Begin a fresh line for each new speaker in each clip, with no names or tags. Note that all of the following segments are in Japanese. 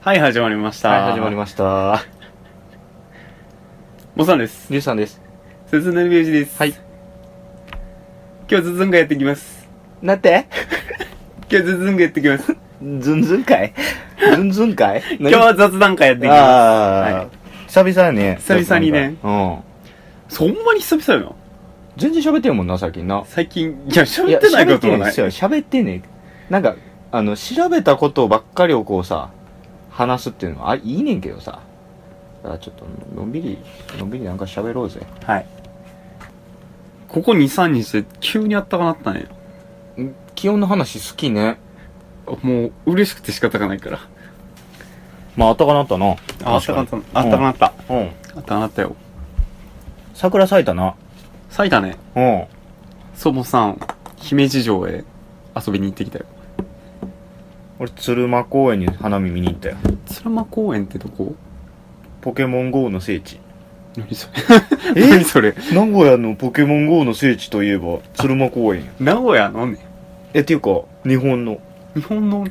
はい、始まりました。
はい、始まりました。
す。ボさんです。
りゅうさんです。
すずのミュージです。
はい。
今日ズズンがやってきます。
なんて
今日ズズンがやってき ます。
ずんずんかいずんずんかい
今日は雑談会やってきま
ああ、久々やね。
久々にね
うん。
す。そんなに久々よ
全然喋ってんもんな、最近な
な。。最近、いや、喋ってないこともない。
や喋ってんねん。なんか、あの、調べたことばっかりをこうさ、話すっていうのは、あ、いいねんけどさ。だからちょっと、のんびり、のんびりなんか喋ろうぜ。
はい。ここ2、3日で急にあったかなったね。
ん気温の話好きね。
もう、嬉しくて仕方がないから。
まあ、あったかなったな。
ああったかなった。あったかなった。
た。うん。
あったかなったよ。
桜咲いたな。
咲いたね。
うん。
そもさん、姫路城へ遊びに行ってきたよ。
俺、鶴間公園に花見見に行ったよ。
鶴間公園ってとこ
ポケモン GO の聖地。
何それ何それ
名古屋のポケモン GO の聖地といえば、鶴間公園や。
名古屋のね、
え、っていうか、日本の。
日本の、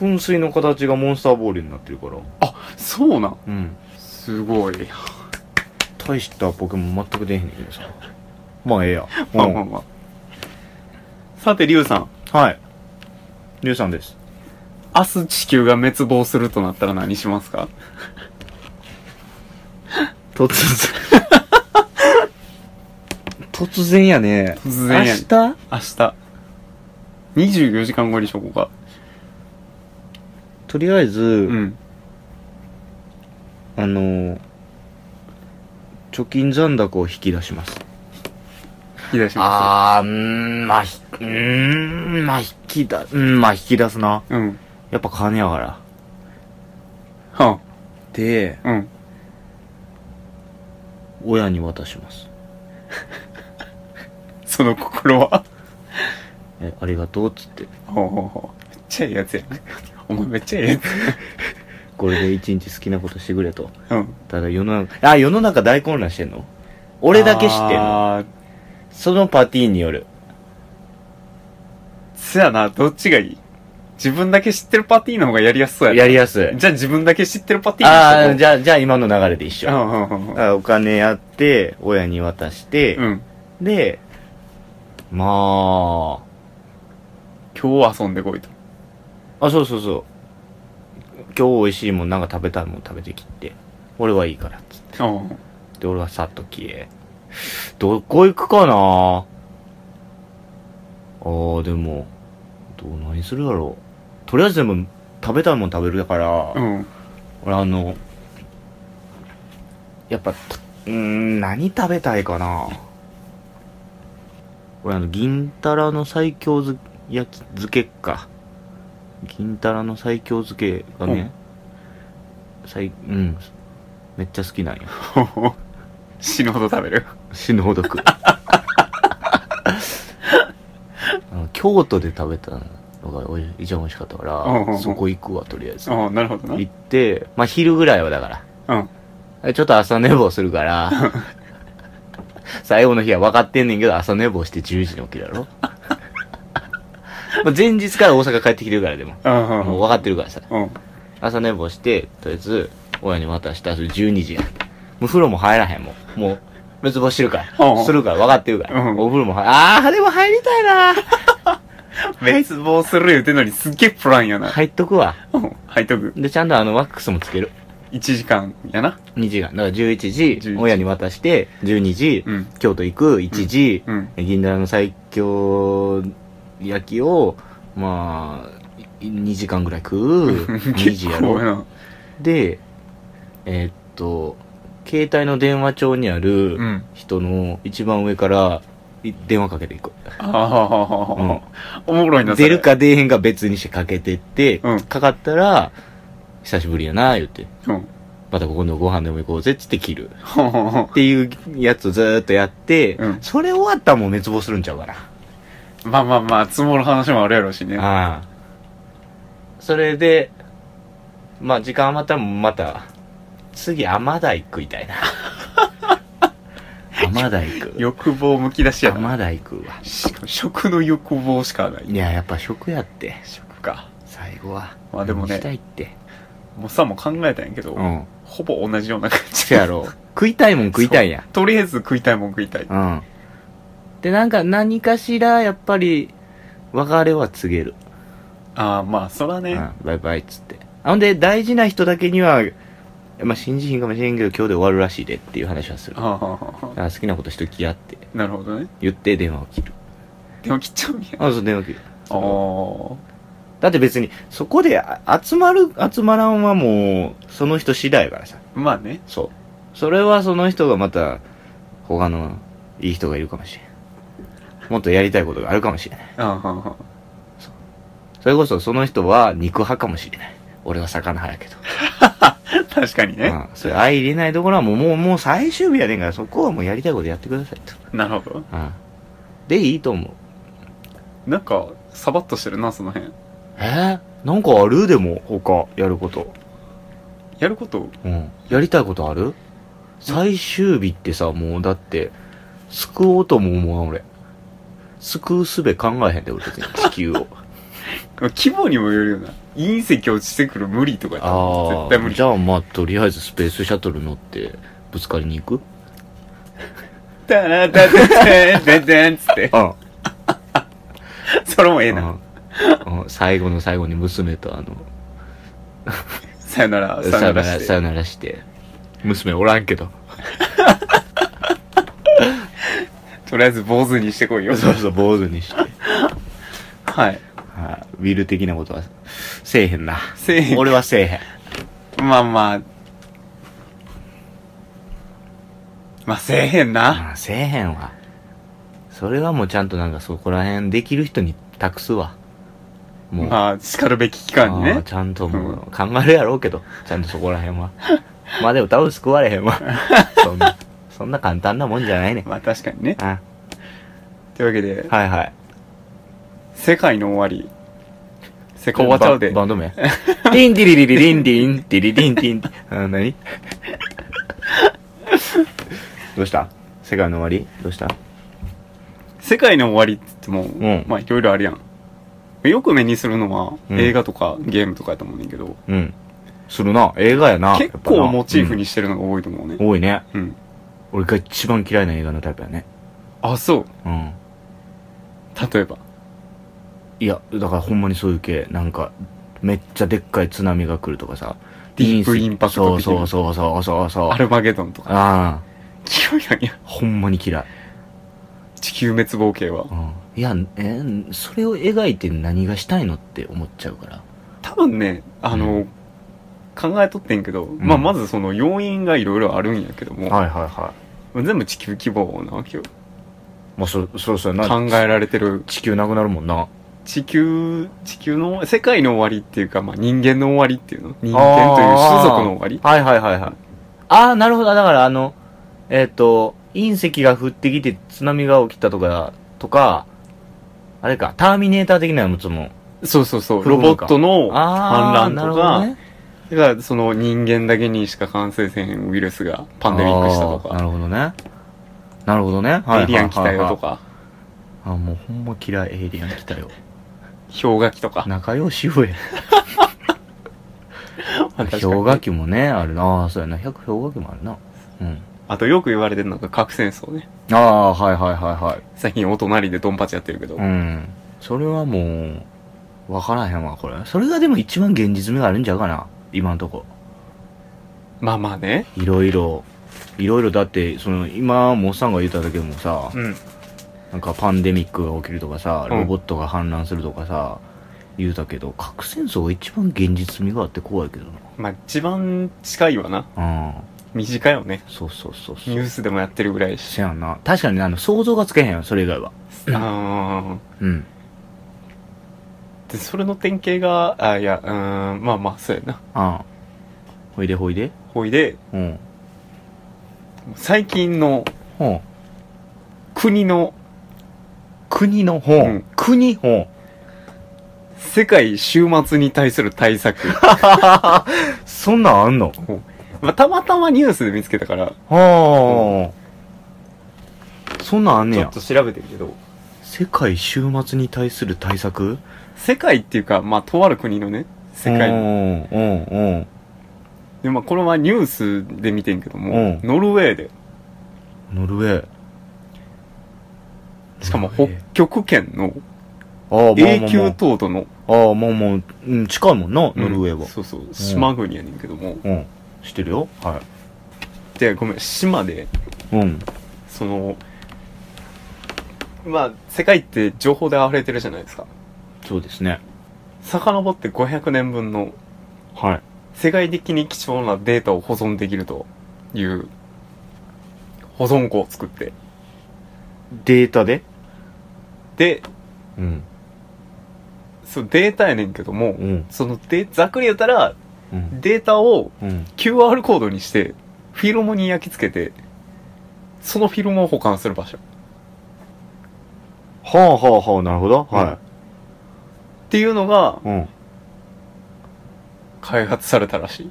噴水の形がモンスターボールになってるから。
そうなん。
うん。
すごい。
大したポケモン全く出へんねんけどさ。まあ、ええや。
まあまあまあ。さて、リュウさん。
はい。りゅうさんです。
明日地球が滅亡するとなったら何しますか
突然。 突然やね。
突然やね
明日
明日。24時間後にしとこうか。
とりあえず、
うん。
あのー貯金残高を引き出します。
引き出しま
あー、うーん、まあ、ひうーん、まあ、引きだ、うん、まあ、引き出すな。
す。うん。
やっぱ金やから。
は
で、
あ、うん。
親に渡します。
その心は。
え、ありがとう、つって。
ほうほうほう。めっちゃええやつや。 お前めっちゃええやつ。
これで一日好きなことしてくれと。
うん。
ただ世の中、あ、世の中大混乱してんの俺だけ知ってんの
あー
そのパティーンによる。
そやな、どっちがいい自分だけ知ってるパーティーの方がやりやすそうやな
やりやすい。
じゃあ自分だけ知ってるパティ
あ
ー
ー、
にし
じゃあ、じゃあ今の流れで一
とこ
緒。
う。うんうんうんうん。
あお金やって、親に渡して、
うん。
で、まあ、
今日遊んでこいと。
あ、そうそうそう。今日美味しいもんなんか食べたいもん食べてきて。俺はいいからっつっ
うん。
て。俺はさっと消え。どこ行くかなあー、でも、どう、何するだろう。とりあえずでも、食べたいもん食べるから、
うん。
俺あの、やっぱ、うーん、何食べたいかな俺あの、銀たらの最強漬焼き漬けか。銀たらの最強漬けがね、最、うん、めっちゃ好きなんよ。
死ぬほど食べる。
死ぬほど食う あの京都で食べたのがおい一番美味しかったか
うんうんう
ら、
ん
そこ行くわ、とりあえず。
ああ、なるほどな。
行って、まあ昼ぐらいはだから、
うん。
ちょっと朝寝坊する から、最後の日は分かってんねんけど、朝寝坊して10時に起きるやろまあ前日から大阪帰ってきてるからでも。
うんう
もうん分かってるからさ。
うん。うん。
朝寝坊して、とりあえず、親に渡したらそれ12時や。もう風呂も入らへんもん。もう、滅亡してるか
う
ら。
ん
するから、分かってるから。
うん
お風呂も入、あー、でも入りたいな
滅亡する言うてんのにすっげえプランやな。
入っとくわ。
うん。はいとく。
で、ちゃんとあの、ワックスもつける。
1時間やな。
2時間。だから11時、
11
親に渡して、12時、
うん。
京都行く、1時、
うん。
銀だらの最強焼きを、まあ、い2時間ぐらい食う、2 時や
結構
ろ。
な。
で、えーっと、携帯の電話帳にあ
う
る
ん。
人の一番上からい電話かけていく。
ああ、おもろいな、それ
出る。か出えへんか別にしてかけてって、
うん
かかったら、久しぶりやな、言って。
うん。
また今度ご飯でも行こうぜ、つって切る。
ほうほうほう
っていうやつをずーっとやって、
うん
それ終わったらもう滅亡するんちゃうかな。
まあまあまあ、積もる話もあるやろうしね。
ああそれでまあ時間余ったらまた次アマダイ食いたい なアマダイ食う
欲望むき出しや
ア
な。
マダイ食うわ
しかも食の欲望しかない。
いややっぱ食やって
食か。
さ最後は。
まあでもね
何したいって。
もうさも考えたんやけど、
うん。
ほぼ同じような感じ
せやろ。 食いたいもん食いたいやん。
とりあえず食いたいもん食いたい、
うん。で、なんか何かしら、やっぱり、別れは告げる。
ああまあそらね、
うん、バイバイっつって。あほんで、大事な人だけには、まあ、信じひんかもしれんけど、今日で終わるらしいでっていう話はする。だか
ああああ
ら好きなことしときやって
なるほどね
言って電話を切る。
でも切っちゃうんや
あ、そう、電話切る。
ああ
だって別に、そこであ集まる、集まらんはもう、その人次第やからさ。
まあね
そう。それはその人がまた、他の、いい人がいるかもしれん。もっとやりたいことがあるかもしれない。
ああああ
それこそその人は肉派かもしれない。俺は魚派やけど。
確かにね、
うん、それ相入れないところはもう、もう、もう最終日やねんから、そこはもうやりたいことやってくださいと。
なるほど
うん。で、いいと思う。
なんかサバッとしてるなその辺
えー、なんかあるでも、他、やること。
やること
うん。やりたいことある最終日ってさ、もうだって、救おうとも思わん、俺。救うすべ考えへんで、俺 別に地球を。
規模にもよるよな隕石落ちてくる無理とか言ったら
あ
絶対無
あ、
理
じゃあまあ、とりあえずスペースシャトル乗って、ぶつかりに行く
タラタタタタタンつって
うん。
それもええな
うんうん最後の最後に娘とあの、
さよならさ
さよ
よなら
なら、
し
さ
て
よならして。娘おらんけど。
とりあえず坊主にしてこいよ
そうそう、坊主に して。
はい
はいウィル的なことは、せえへんな。
せえへん
俺はせえへん。
まあまあまあせえへんな
あせえへんわ。それはもうちゃんとなんかそこら辺できる人に託すわ。もう。
まあしかるべき期間に
あー
ね
ちゃんともう考えるやろうけど、ちゃんとそこら辺は。まあでも多分救われへんわ。そんな、そんな簡単なもんじゃないね。
まあ確かにね
あ
というわけで
はいはい。
世界の終わり世界終わっちゃうで
ババンド名ティンティリリリリンティン、ティリリンティンティン。あ、なにどうした世界の終わりどうした
世界の終わりって言っても、
ん
まあいろいろあるやんよく目にするのは、
うん
映画とかゲームとかやと思うねんだけど
うん。するな。映画やな。
結構モチーフ
に。
にしてるのが多いと思うね
うん多いね。
うん、
俺が一番嫌いな映画のタイプやね。
あそう
うん。
例えば
いや、だからほんまにそういう系、なんか、めっちゃでっかい津波が来るとかさ。
ディープインパクト的な
そうそうそうそうそう。
アルマゲドンとか
あ
嫌いなんや
あ、ほんまに嫌い。
地球滅亡系は
うん。いや、えーそれを描いて何がしたいのって思っちゃうから。
多分ねあの、
う
考えとってんけど、まあ、
うん
まずその要因がいろいろあるんやけども、
はいはいはい。
全部地球規模なわけよ
まあ、そ、そうそうやな。
考えられてる
地球なくなるもんな。
地球地球の世界の終わりっていうか、まあ、人間の終わりっていうの人間という種族の終わり
はいはいはいはい。ああ、なるほど。だからあの、えっ、と、隕石が降ってきて津波が起きたとか、とか、あれか、ターミネーター的なやつも。
そうそうそう
不老
ロ
不
ボ
老
ッ
か
トの
ああ、
反乱
なる
と
ほど
か、
ね。
だからその人間だけにしか感染せへんウイルスがパンデミックしたと
あーな
か
るほどね。なるほどね。はいはいはいはい
エイリアン来たよと。か
あーもうほんま嫌い、エイリアン来たよ。
氷河期とか
仲良しよえ。
確かに
氷河期もね、あるな。あーそうやな。100氷河期もあるな。うん。
あとよく言われてるのが核戦争ね
ああ、はいはいはいはい。
最近お隣でドンパチやってるけど、
うん。それはもう、わからへんわ、これ。それがでも一番現実味があるんちゃうかな。今のとこ。
まあまあね
いろいろ。いろいろだって、その、今、モッさんが言っただけでもさ、
うん
なんかパンデミックが起きるとかさ、
うん
ロボットが氾濫するとかさ、言うたけど、核戦争が一番現実味があって怖いけど
まあ一番近いわな
な。うん。
身近よね
そうそうそうそ
ニュ
う。
ースでもやってるぐらいやし
せやんな。確かにねあの、想像がつけへんよ、それ以外は。
あ
うん。
ーでそれの典型があいやうーんまあまあそうやな
ああ。ほいでほいで。
ほいで
うん。
最近の
ほう。
国の
国のほう。
うん
国ほう。
世界終末に対する対 策、
そんなんあんの
まあ、たまたまニュースで見つけたから
はあ、そんなんあんね
ちょっ
や
と調べてるけど
世界終末に対する対策
世界っていうか、まあ、とある国のね、世界
う
の。
ん、うん、うん。
で、まあ、これはニュースで見てんけども、
う
ノルウェーで、
ノルウェー。
しかも
ノルウ
北
ェー
極圏の
ああ、もう
永久凍土の、
ああ、もうもう、うん、近いもんな、ノルウェー
うん
は。
そうそう、島国やねんけども、
うん。知ってるよ。は
で、ごめん、島で、
い。うん。
その、まあ、世界って情報で溢れてるじゃないですか。
そうですね。
遡って500年分の
はい。
世界的に貴重なデータを保存できるという保存庫を作って。
データで
で、
うん。
そうデータやねんけども、
うん。
そので、ざっくり言ったら
うん。
データを
うん。
QR コードにしてフィルムに焼き付けて、そのフィルムを保管する場所。っ
はあはあはあ、なるほど。は
ていうのが
い。うん。
開発されたらしい。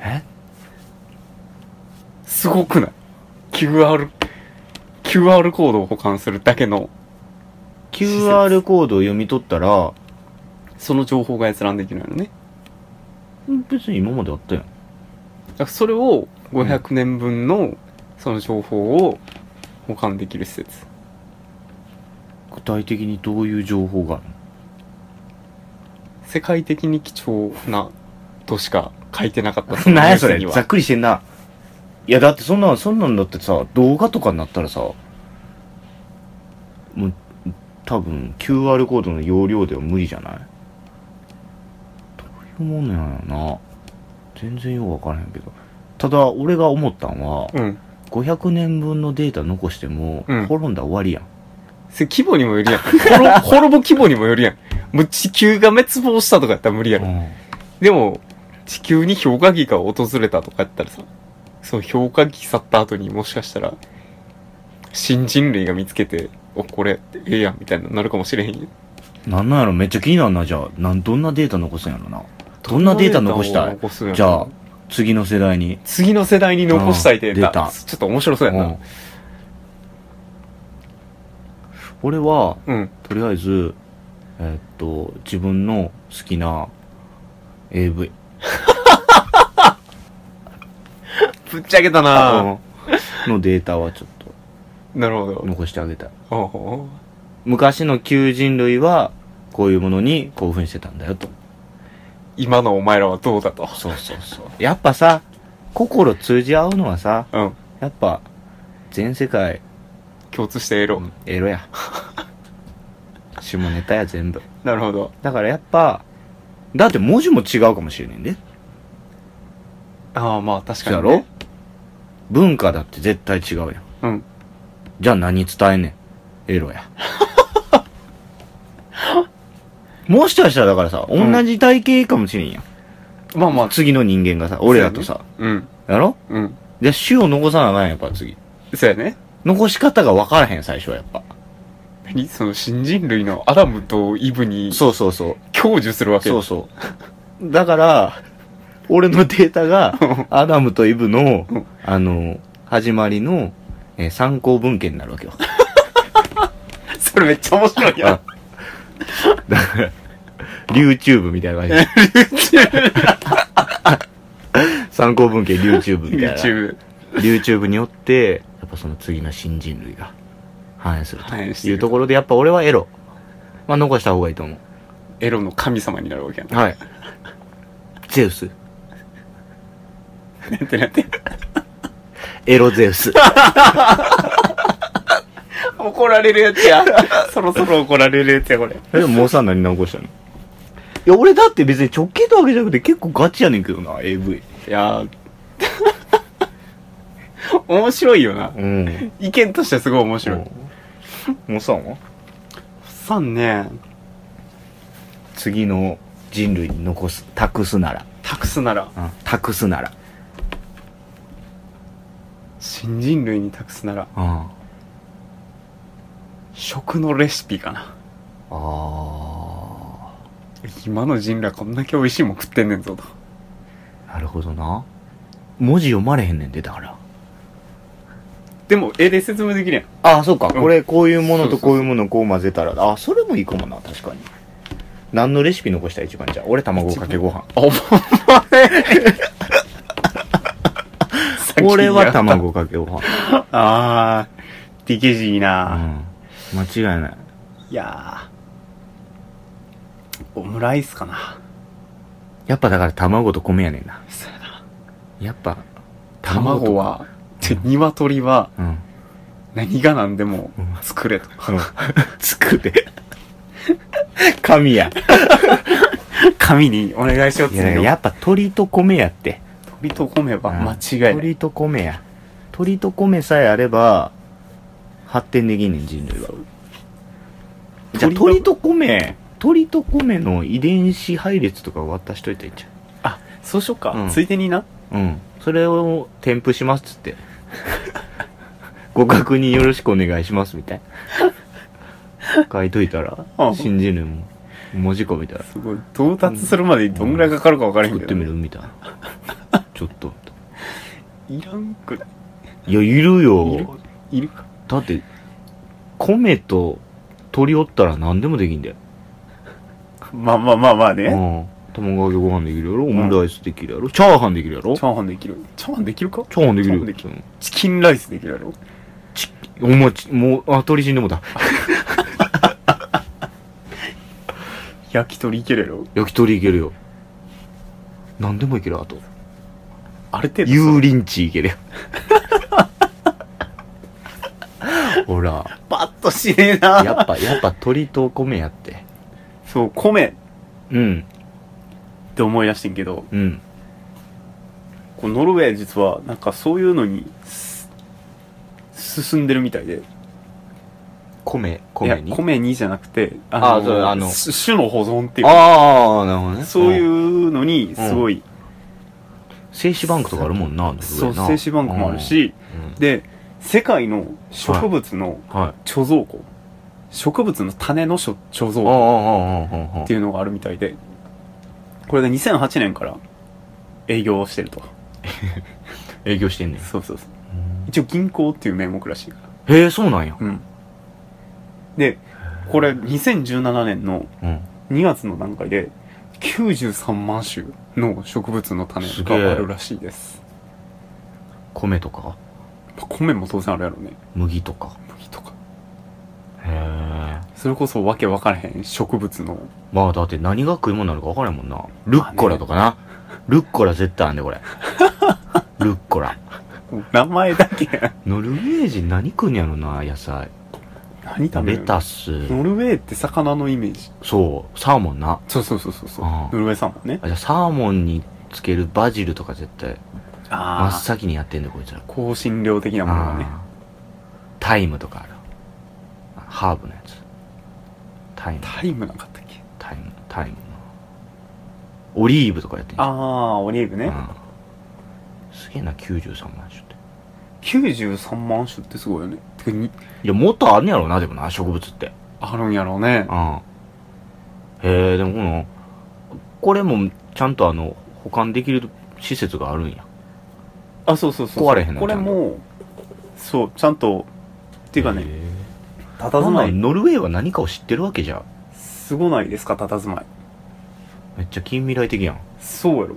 え
すごくない ?QR、QR コードを保管するだけの、
?QR コードを読み取ったら、
その情報が閲覧できないのね。
別に今まであったやん。
だからそれを500年分のその情報を保管できる施設
具体的にどういう情報がある
世界的に貴重なとしか書いてなかった
のなんやそれ
ニュースに
ざっ
は
くりしてんな。いや、だってそんなん、そんなんだってさ、動画とかになったらさ、もう、多分 QR コードの容量では無理じゃないどういうもんなんやろな。全然よくわからへんけど。ただ、俺が思ったんは、
うん
500年分のデータ残しても、
うん
滅んだら終わりやん。
それ規模にもよりやん滅滅ぼ規模にもよりやんもう地球が滅亡したとかやったら無理やろ、
うん
でも地球に氷河期が訪れたとかやったらさその氷河期去った後にもしかしたら新人類が見つけておこれええやんみたいになるかもしれへんよ
なんなんやろめっちゃ気になるな、じゃあ。なん、どんなデータ残すんやろな。どんなデータ残した
どん
い
なデータを残すんやろ
じゃあ、次の世代に。
次の世代に残したいデータ。
うんデータ
ちょっと面白そうや
う。
なん
俺は、
うん。
とりあえず、えーっと、自分の好きな AV。
ぶっちゃけたな
うんのデータはちょっ
なるほ
と
ど。
残してあげたい。
ほうほ
昔の旧人類は、こういうものに興奮してたんだよと。
う今のお前らはどうだと。
そうそうそう。やっぱさ、心通じ合うのはさ、
うん。
やっぱ、全世界、
共通してエロ。
エロや。 下ネタや全部。
なるほど。
だからやっぱ、だって文字も違うかもしれねえんで。
ああ、まあ確か
そう
に、
や
ね。
ろ文化だって絶対違うやん。
うん。
じゃあ何伝えんねん。エロ や。もしかしたらだからさ、
うん
同じ体型かもしれんやん。
まあまあ、
次の人間がさ、俺らとさ、
うん。
やろ
うん。
じゃあ種を残さなあかんやん、やっぱ次。
そうやね。
残し方が分からへん、最初はやっぱ。
何その新人類のアダムとイブに
そうそうそう。
享受するわけ。
そうそう。だから、俺のデータが、アダムとイブの
うん、
あの、始まりの、えー参考文献になるわけよ。
それめっちゃ面白い やん。
だから、YouTube みたいな感じで。 参考文献 YouTube みたいな。
YouTube。
YouTube によって、やっぱその次の新人類が反映すると
反映して
い
る
うところで、やっぱ俺はエロ。まあ、残した方がいいと思
エロの神様になるわけや
う。はい。ゼウス。
ん。 ってなって。
エロゼウス。
怒られるやつ や。そろそろ怒られるやつや、これ。
え、でも、モーさん何残したのいや、俺だって別に直径とわけじゃなくて結構ガチやねんけどな、AV。
いやー面白いよな。
うん。
意見としてすごい面白い。
モーさんは
さんね、
次の人類に残す、託すなら。
託すなら、
うん、託すなら。
新人類に託すなら、
うん。あ
食のレシピかな。
あ
今の人類はこんだけ美味しいもん食ってんねんぞと。
ー。なるほどな。文字読まれへんねんで、だから。
でも絵で説明できるやん。
ああ、そうか。
うん
これ、こういうもの
そ
と
うそうそう
こういうものをこう混ぜたら。ああ、それもいいかもな、確かに。何のレシピ残したら一番じゃあ。俺、卵かけご 飯。
お 前
俺は卵かけご飯。
あー、TKG いいな、
うん。間違いない。
いやー、オムライスかな。
やっぱだから卵と米やねんな。
そうやな
やっぱ、
卵。は、て鶏は
うん。
何が何でも
うん
作れと。
作って。神や。
紙にお願いしようっ
い
て
や、だから
言う
や
よ。
っぱ鶏と米やって。
鳥と米は間違いない。
鶏と米や。鶏と米さえあれば、発展できんねん、人類は。じゃ
鳥
あ、鶏と米、鶏と米の遺伝子配列とか渡しといたらいいんちゃ
あ、そうしよっか、
うん
ついでにな。
ううん。それを添付しますっつって。ご確認よろしくお願いしますみたいな。書いといたら
う、ん
新人類も、文字込みたら、
すごい。到達するまでにどんぐらいかかるか分からへんけ
作って
ど。
みるみたいな。ちょっと。
いらんくない
いや、いる
いる
よ。
いるか。
だって、米と鶏おったら何でもできんだよ。
まあまあまあまあね。
うん。卵かけご飯できるやろ、オムライスできるやろ、チャーハンできるやろ
チャーハンできる。チャーハンできるか
チャーハンできる
チャー
よ。
ハンチキンライスできるやろ
うんお前、ちもう、あ、鳥死んでもうた。
焼き鳥いけるやろ
焼き鳥いけるよ。何でもいける、あと。
ある程度
油淋鶏 いけるよ。ほら、
パッとしねえな
やっぱ、やっぱ鳥と米やって。
そう、米
うん、
って思い出してんけど、
うん。
こうノルウェー実はなんかそういうのにす進んでるみたいで。
米、
い
米に
や、。米にじゃなくて、あ
あそうあの
す種の保存っていう。
ああ、なるほどね。
そうい
ん。
うのに、すごい、
精子バンクとかあるもんな、ノルウ
そ
ェ
う、
ーな
精子バンクもある。し、
うん
で、世界の植物の
はい。
貯蔵庫、植物の種の貯貯蔵
ああ、あ
庫
あ、ああ、
っていうのがあるみたいで、これが2008年から営業をしてると。
営業してんねん。
そうそうそう。一応銀行っていう名目らしいか
へえ、そうなんや。
ら。うん。で、これ2017年の
うん。
2月の段階で93万種の植物の種
すげえ
があるらしいです。
米とか、
まあ米も当然あるやろね。
麦とか。
麦とか。
へえ。
それこそわけわからへん植物の。
まあ、だって何が食い物なのか分からんもんな。ルッコラとかな。ルッコラ絶対あん ねこれ。ルッコラ。
名前だけ。
ノルウェー人何食うんやろな、野菜。
何食べ
レ
る
タス。
ノルウェーって魚のイメージ。
そう、サーモンな。
そうそうそうそうそう。
あ
ノ
あ
ルウェーさんもね。
あじゃあサーモンにつけるバジルとか絶対、真
あ
っ先にやってんねこいつら。
香辛料的なものがね。
あータイムとかある。ハーブのやつ。タイム。
タイムなかったっけ
タイム、タイムな。オリーブとかやってんじゃん
ああ、オリーブね。
うんすげえな93万種って
93万種ってすごいよね。てかに、
いやもっとあんねやろなでもな植物って
あるんやろうね
う。んへえでもこのこれもちゃんとあの保管できる施設があるんや
あ、そうそうそう。
壊れへんの
これも、そう、ちゃんと、っていうかね、
へ
た
え
たずまい、
ノルウェーは何かを知ってるわけじゃん
すごないですか、たたずまい。
めっちゃ近未来的やん
そうやろ。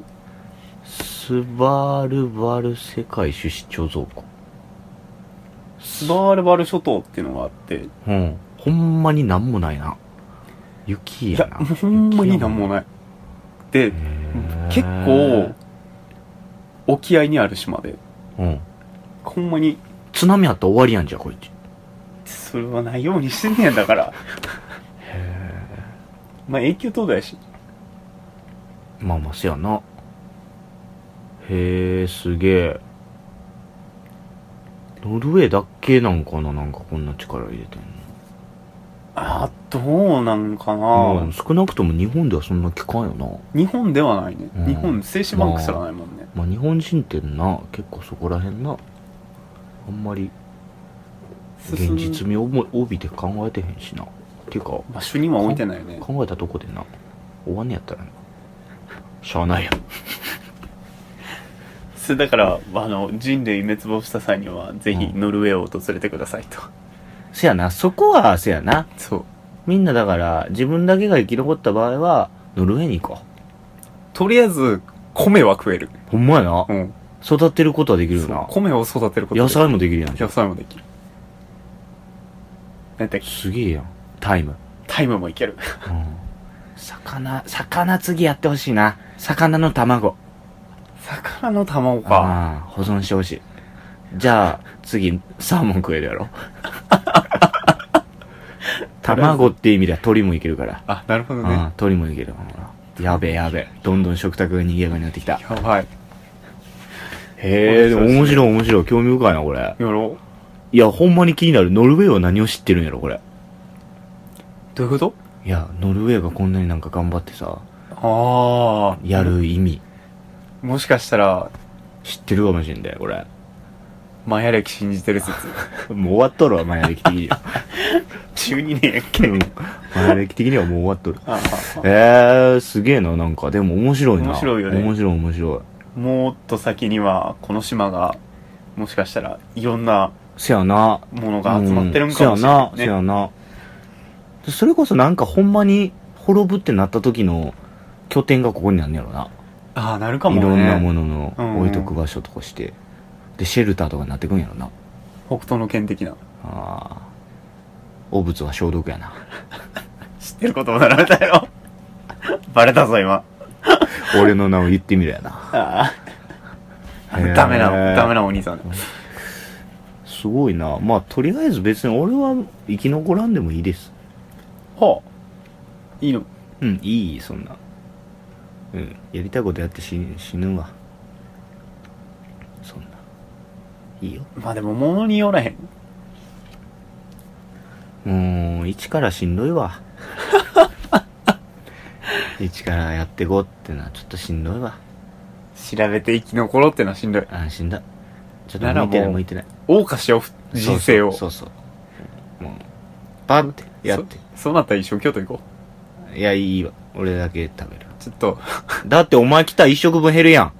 スバルバル世界種子貯蔵庫
スバールバル諸島っていうのがあって、
うんほんまになんもないな
い
雪や
や、
な
もうほんまになんもない。で、
雪
結
やな
構、沖合にある島で、
うん
ほんまに、
津波あったら終わりやんじゃこいつ
それはないようにしてんねやんだから。まあ永久凍土やし。
まあまあせやなへえすげえノルウェーだけなんかななんかこんな力入れてん
あーどうなんかな、
のまあ少なくとも日本ではそんな聞かんよな
日本ではないね、
うん
日本精子バンクすらないもんね、
まあ日本人ってな結構そこらへんなあんまり現
進む
実味をも帯びて考えてへんしなていうか考
場所には置いてないよね
えたとこでな終わんねやったらなしゃあないやん
それだから、あの、人類滅亡した際には、ぜひノルウェーを訪れてくださいと。
せやな、そこは、せやな。
そう。
みんなだから、自分だけが生き残った場合は、ノルウェーに行こ
とりあえず、米は食える
う。。ほんまやな
う。ん。
育てることはできるよな。
米を育てることでき
野
る
菜もできるやん。
野菜もできる。
だって、
すげえやん。タイム。
タイムもい ける。
うん。魚、魚次やってほしいな。魚の卵。
魚の卵か。
ああ、保存してほしい。じゃあ、次、サーモン食えるや ろ。卵っていう意味では鳥もいけるから。
あ、なるほど
あ
ね。
あ鳥もいける。うんやべえやべえ。どんどん食卓が賑やかになってきた。
やばい。
へえ、でも
面
面白い面白い。興味深いな、これ。
やろ
いや、ほんまに気になる。ノルウェーは何を知ってるんやろ、これ。
どういうこと
いや、ノルウェーがこんなになんか頑張ってさ、
あ
やる意味。
あ。もしかしたら、
知ってるかもしれんだよ、これ。
マヤ歴信じてる説。
もう終わっとるわ、前歴的 に は。
12年やっ け。
うん前歴的にはもう終わっとる。
あ あ
えー、すげえな、なんか。でも面白いな。
面白いよね
面白い面白い。
もっと先には、この島が、もしかしたらいろんな
せやな。
ものが集まってるん
せ
か
や
もしれな、、
ないせ
ね
やな。それこそなんかほんまに滅ぶってなった時の拠点がここになんねやろな。
ああ、なるか
い
も
ろんな
ね。
ものの置いとく場所とかして。で、シェルターとかになってくんやろな。
北斗の剣的な。
あー。汚物は消毒やな。
知ってることもなられたよ。 バレたぞ、今。
俺の名を言ってみるやな。
ああ
へ ー
ダメな、ダメなお兄さん。
すごいな。まあ、とりあえず別に俺は生き残らんでもいいです。
ほう。いいの。
うん、いい、そんな。うん、やりたいことやって死死ぬわ。そんな。いいよ。
まあでも、物によらへん。
うーん、一からしんど いわ。一からやってこうってのはちょっとしんどいわ。
調べて生き残ろうってのはしんどい。
あ、しんだ。ちょっ
な
と
ら
向いてない
もう
向いてない。
謳歌しよう、人生を。
そうそうそうそう。もう、パンってやって。
そうなったら一生京都行こ
いや、いいわ。俺だけ食べる。
う。ちょっと、
だってお前来たら一食分減るやん。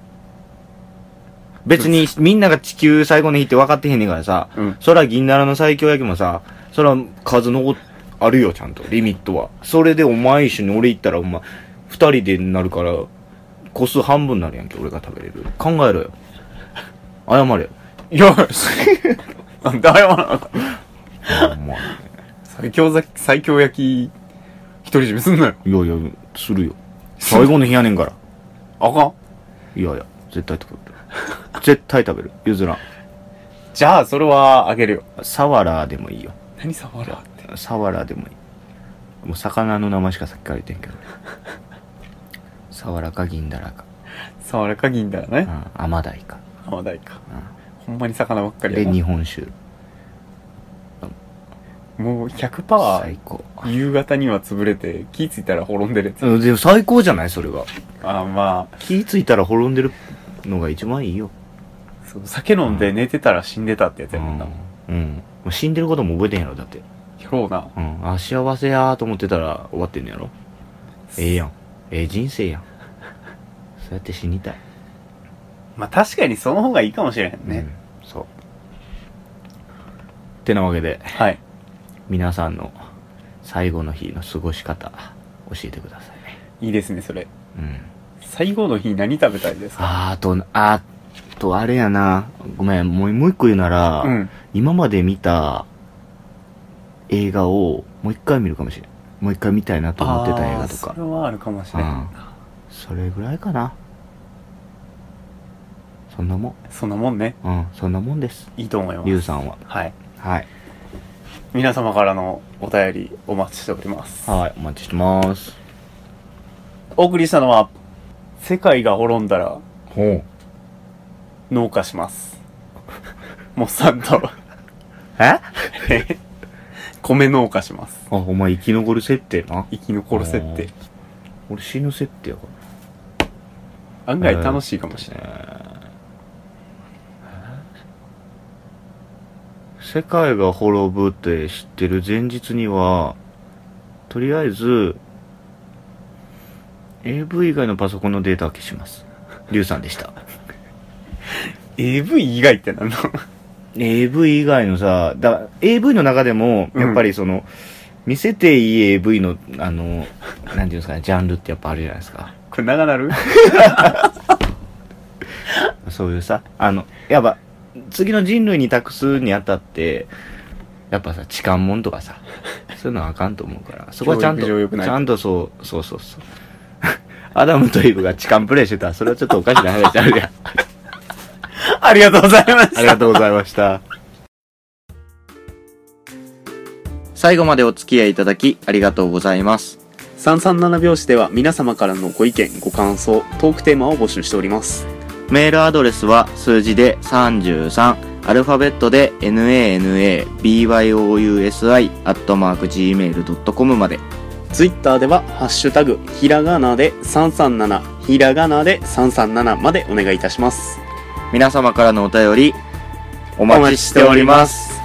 別にみんなが地球最後の日って分かってへんねんからさ、
うん
そら銀だらの最強焼きもさ、そら数のあるよちゃんと、リミットは。それでお前一緒に俺行ったらお前、二人でなるから、個数半分になるやんけ、俺が食べれる。考えろよ。謝れよ。
よし なんで謝らなかった
お前。
最強ざ最強焼き、独り占めすんなよ。
いやいや、するよ。最後の日やねんから。
あかん。
いやいや、絶対食べる。絶対食べる。譲らん。
じゃあ、それはあげるよ。
サワラでもいいよ。
何触るって。
サワラでもいい。もう魚の名前しかさっきから言ってんけど。サワラか銀だらか。
触らかぎんだよ
う
ね。
ん。アマダイか。
アマダイか。
う
ほんまに魚ばっか
ん。
り
で、
やな
日本酒。
もう100%
最高。
夕方には潰れて、気ぃついたら滅んでるやつ。
うん、でも最高じゃないそれが。
あま
気ぃついたら滅んでるのが一番いいよ。
あ、そう酒飲んで寝てたら死んでたってやつ
う
やもん
ん
な。。
うん。もう死んでることも覚えてんやろ、だって。
やろうな。
うん。あ、幸せやーと思ってたら終わってんのやろ。ええやん。ええ人生やん。そうやって死にたい。
まあ確かにその方がいいかもしれへんね。
うん。そう。てなわけで。
はい。
皆さんの最後の日の過ごし方教えてください、
いいですね、それ。
うん、
最後の日何食べたいですか
あーあとあとあれやなごめんもうもう一個言うなら、
うん。
今まで見た映画をもう一回見るかもしれんもう一回見たいなと思ってた映
あ
画と
ー
か
それはあるかもしれん。
それぐらいかなそんなも
そんなもんね。
んうんそんなもんです
いいと思います。
リュウさんは
はい。
はい
皆様からのお便りお待ちしております。
はいお待ちしてます
お送りしたのは、世界が滅んだら
ほう
農家します。モッサンと、
えあ
米農家します。
お前生き残る設定な
生き残る設定。
俺死ぬ設定やから
案外楽しいかもしれない。
世界が滅ぶって知ってる前日には、とりあえず、AV 以外のパソコンのデータは消します。リュウさんでした。
AV 以外ってなんの
AV 以外のさ、だ AV の中でも、
うん
やっぱりその、見せていい AV の、あの、なんていうんですかね、ジャンルってやっぱあるじゃないですか。
これ長なる
そういうさ、あの、やっぱ、次の人類に託すにあたって、やっぱさ、痴漢もんとか さ、そういうのはあかんと思うから、そこはちゃんと、
教育上良くない
ちゃんとそう、そうそうそう。 アダムとイブが痴漢プレイしてたら、それはちょっとおかしな話あるやん。
ありがとうございまし
ありがとうございま した。
最後までお付き合いいただきありがとうございます。
337拍子では皆様からのご意見ご感想トークテーマを募集しております
メールアドレスは数字で33、アルファベットで nanabyousi.gmail.com まで。
ツイッターでは「ハッシュタグひらがな」で337ひらがなで337までお願いいたします
皆様からのお便りお待ちしております。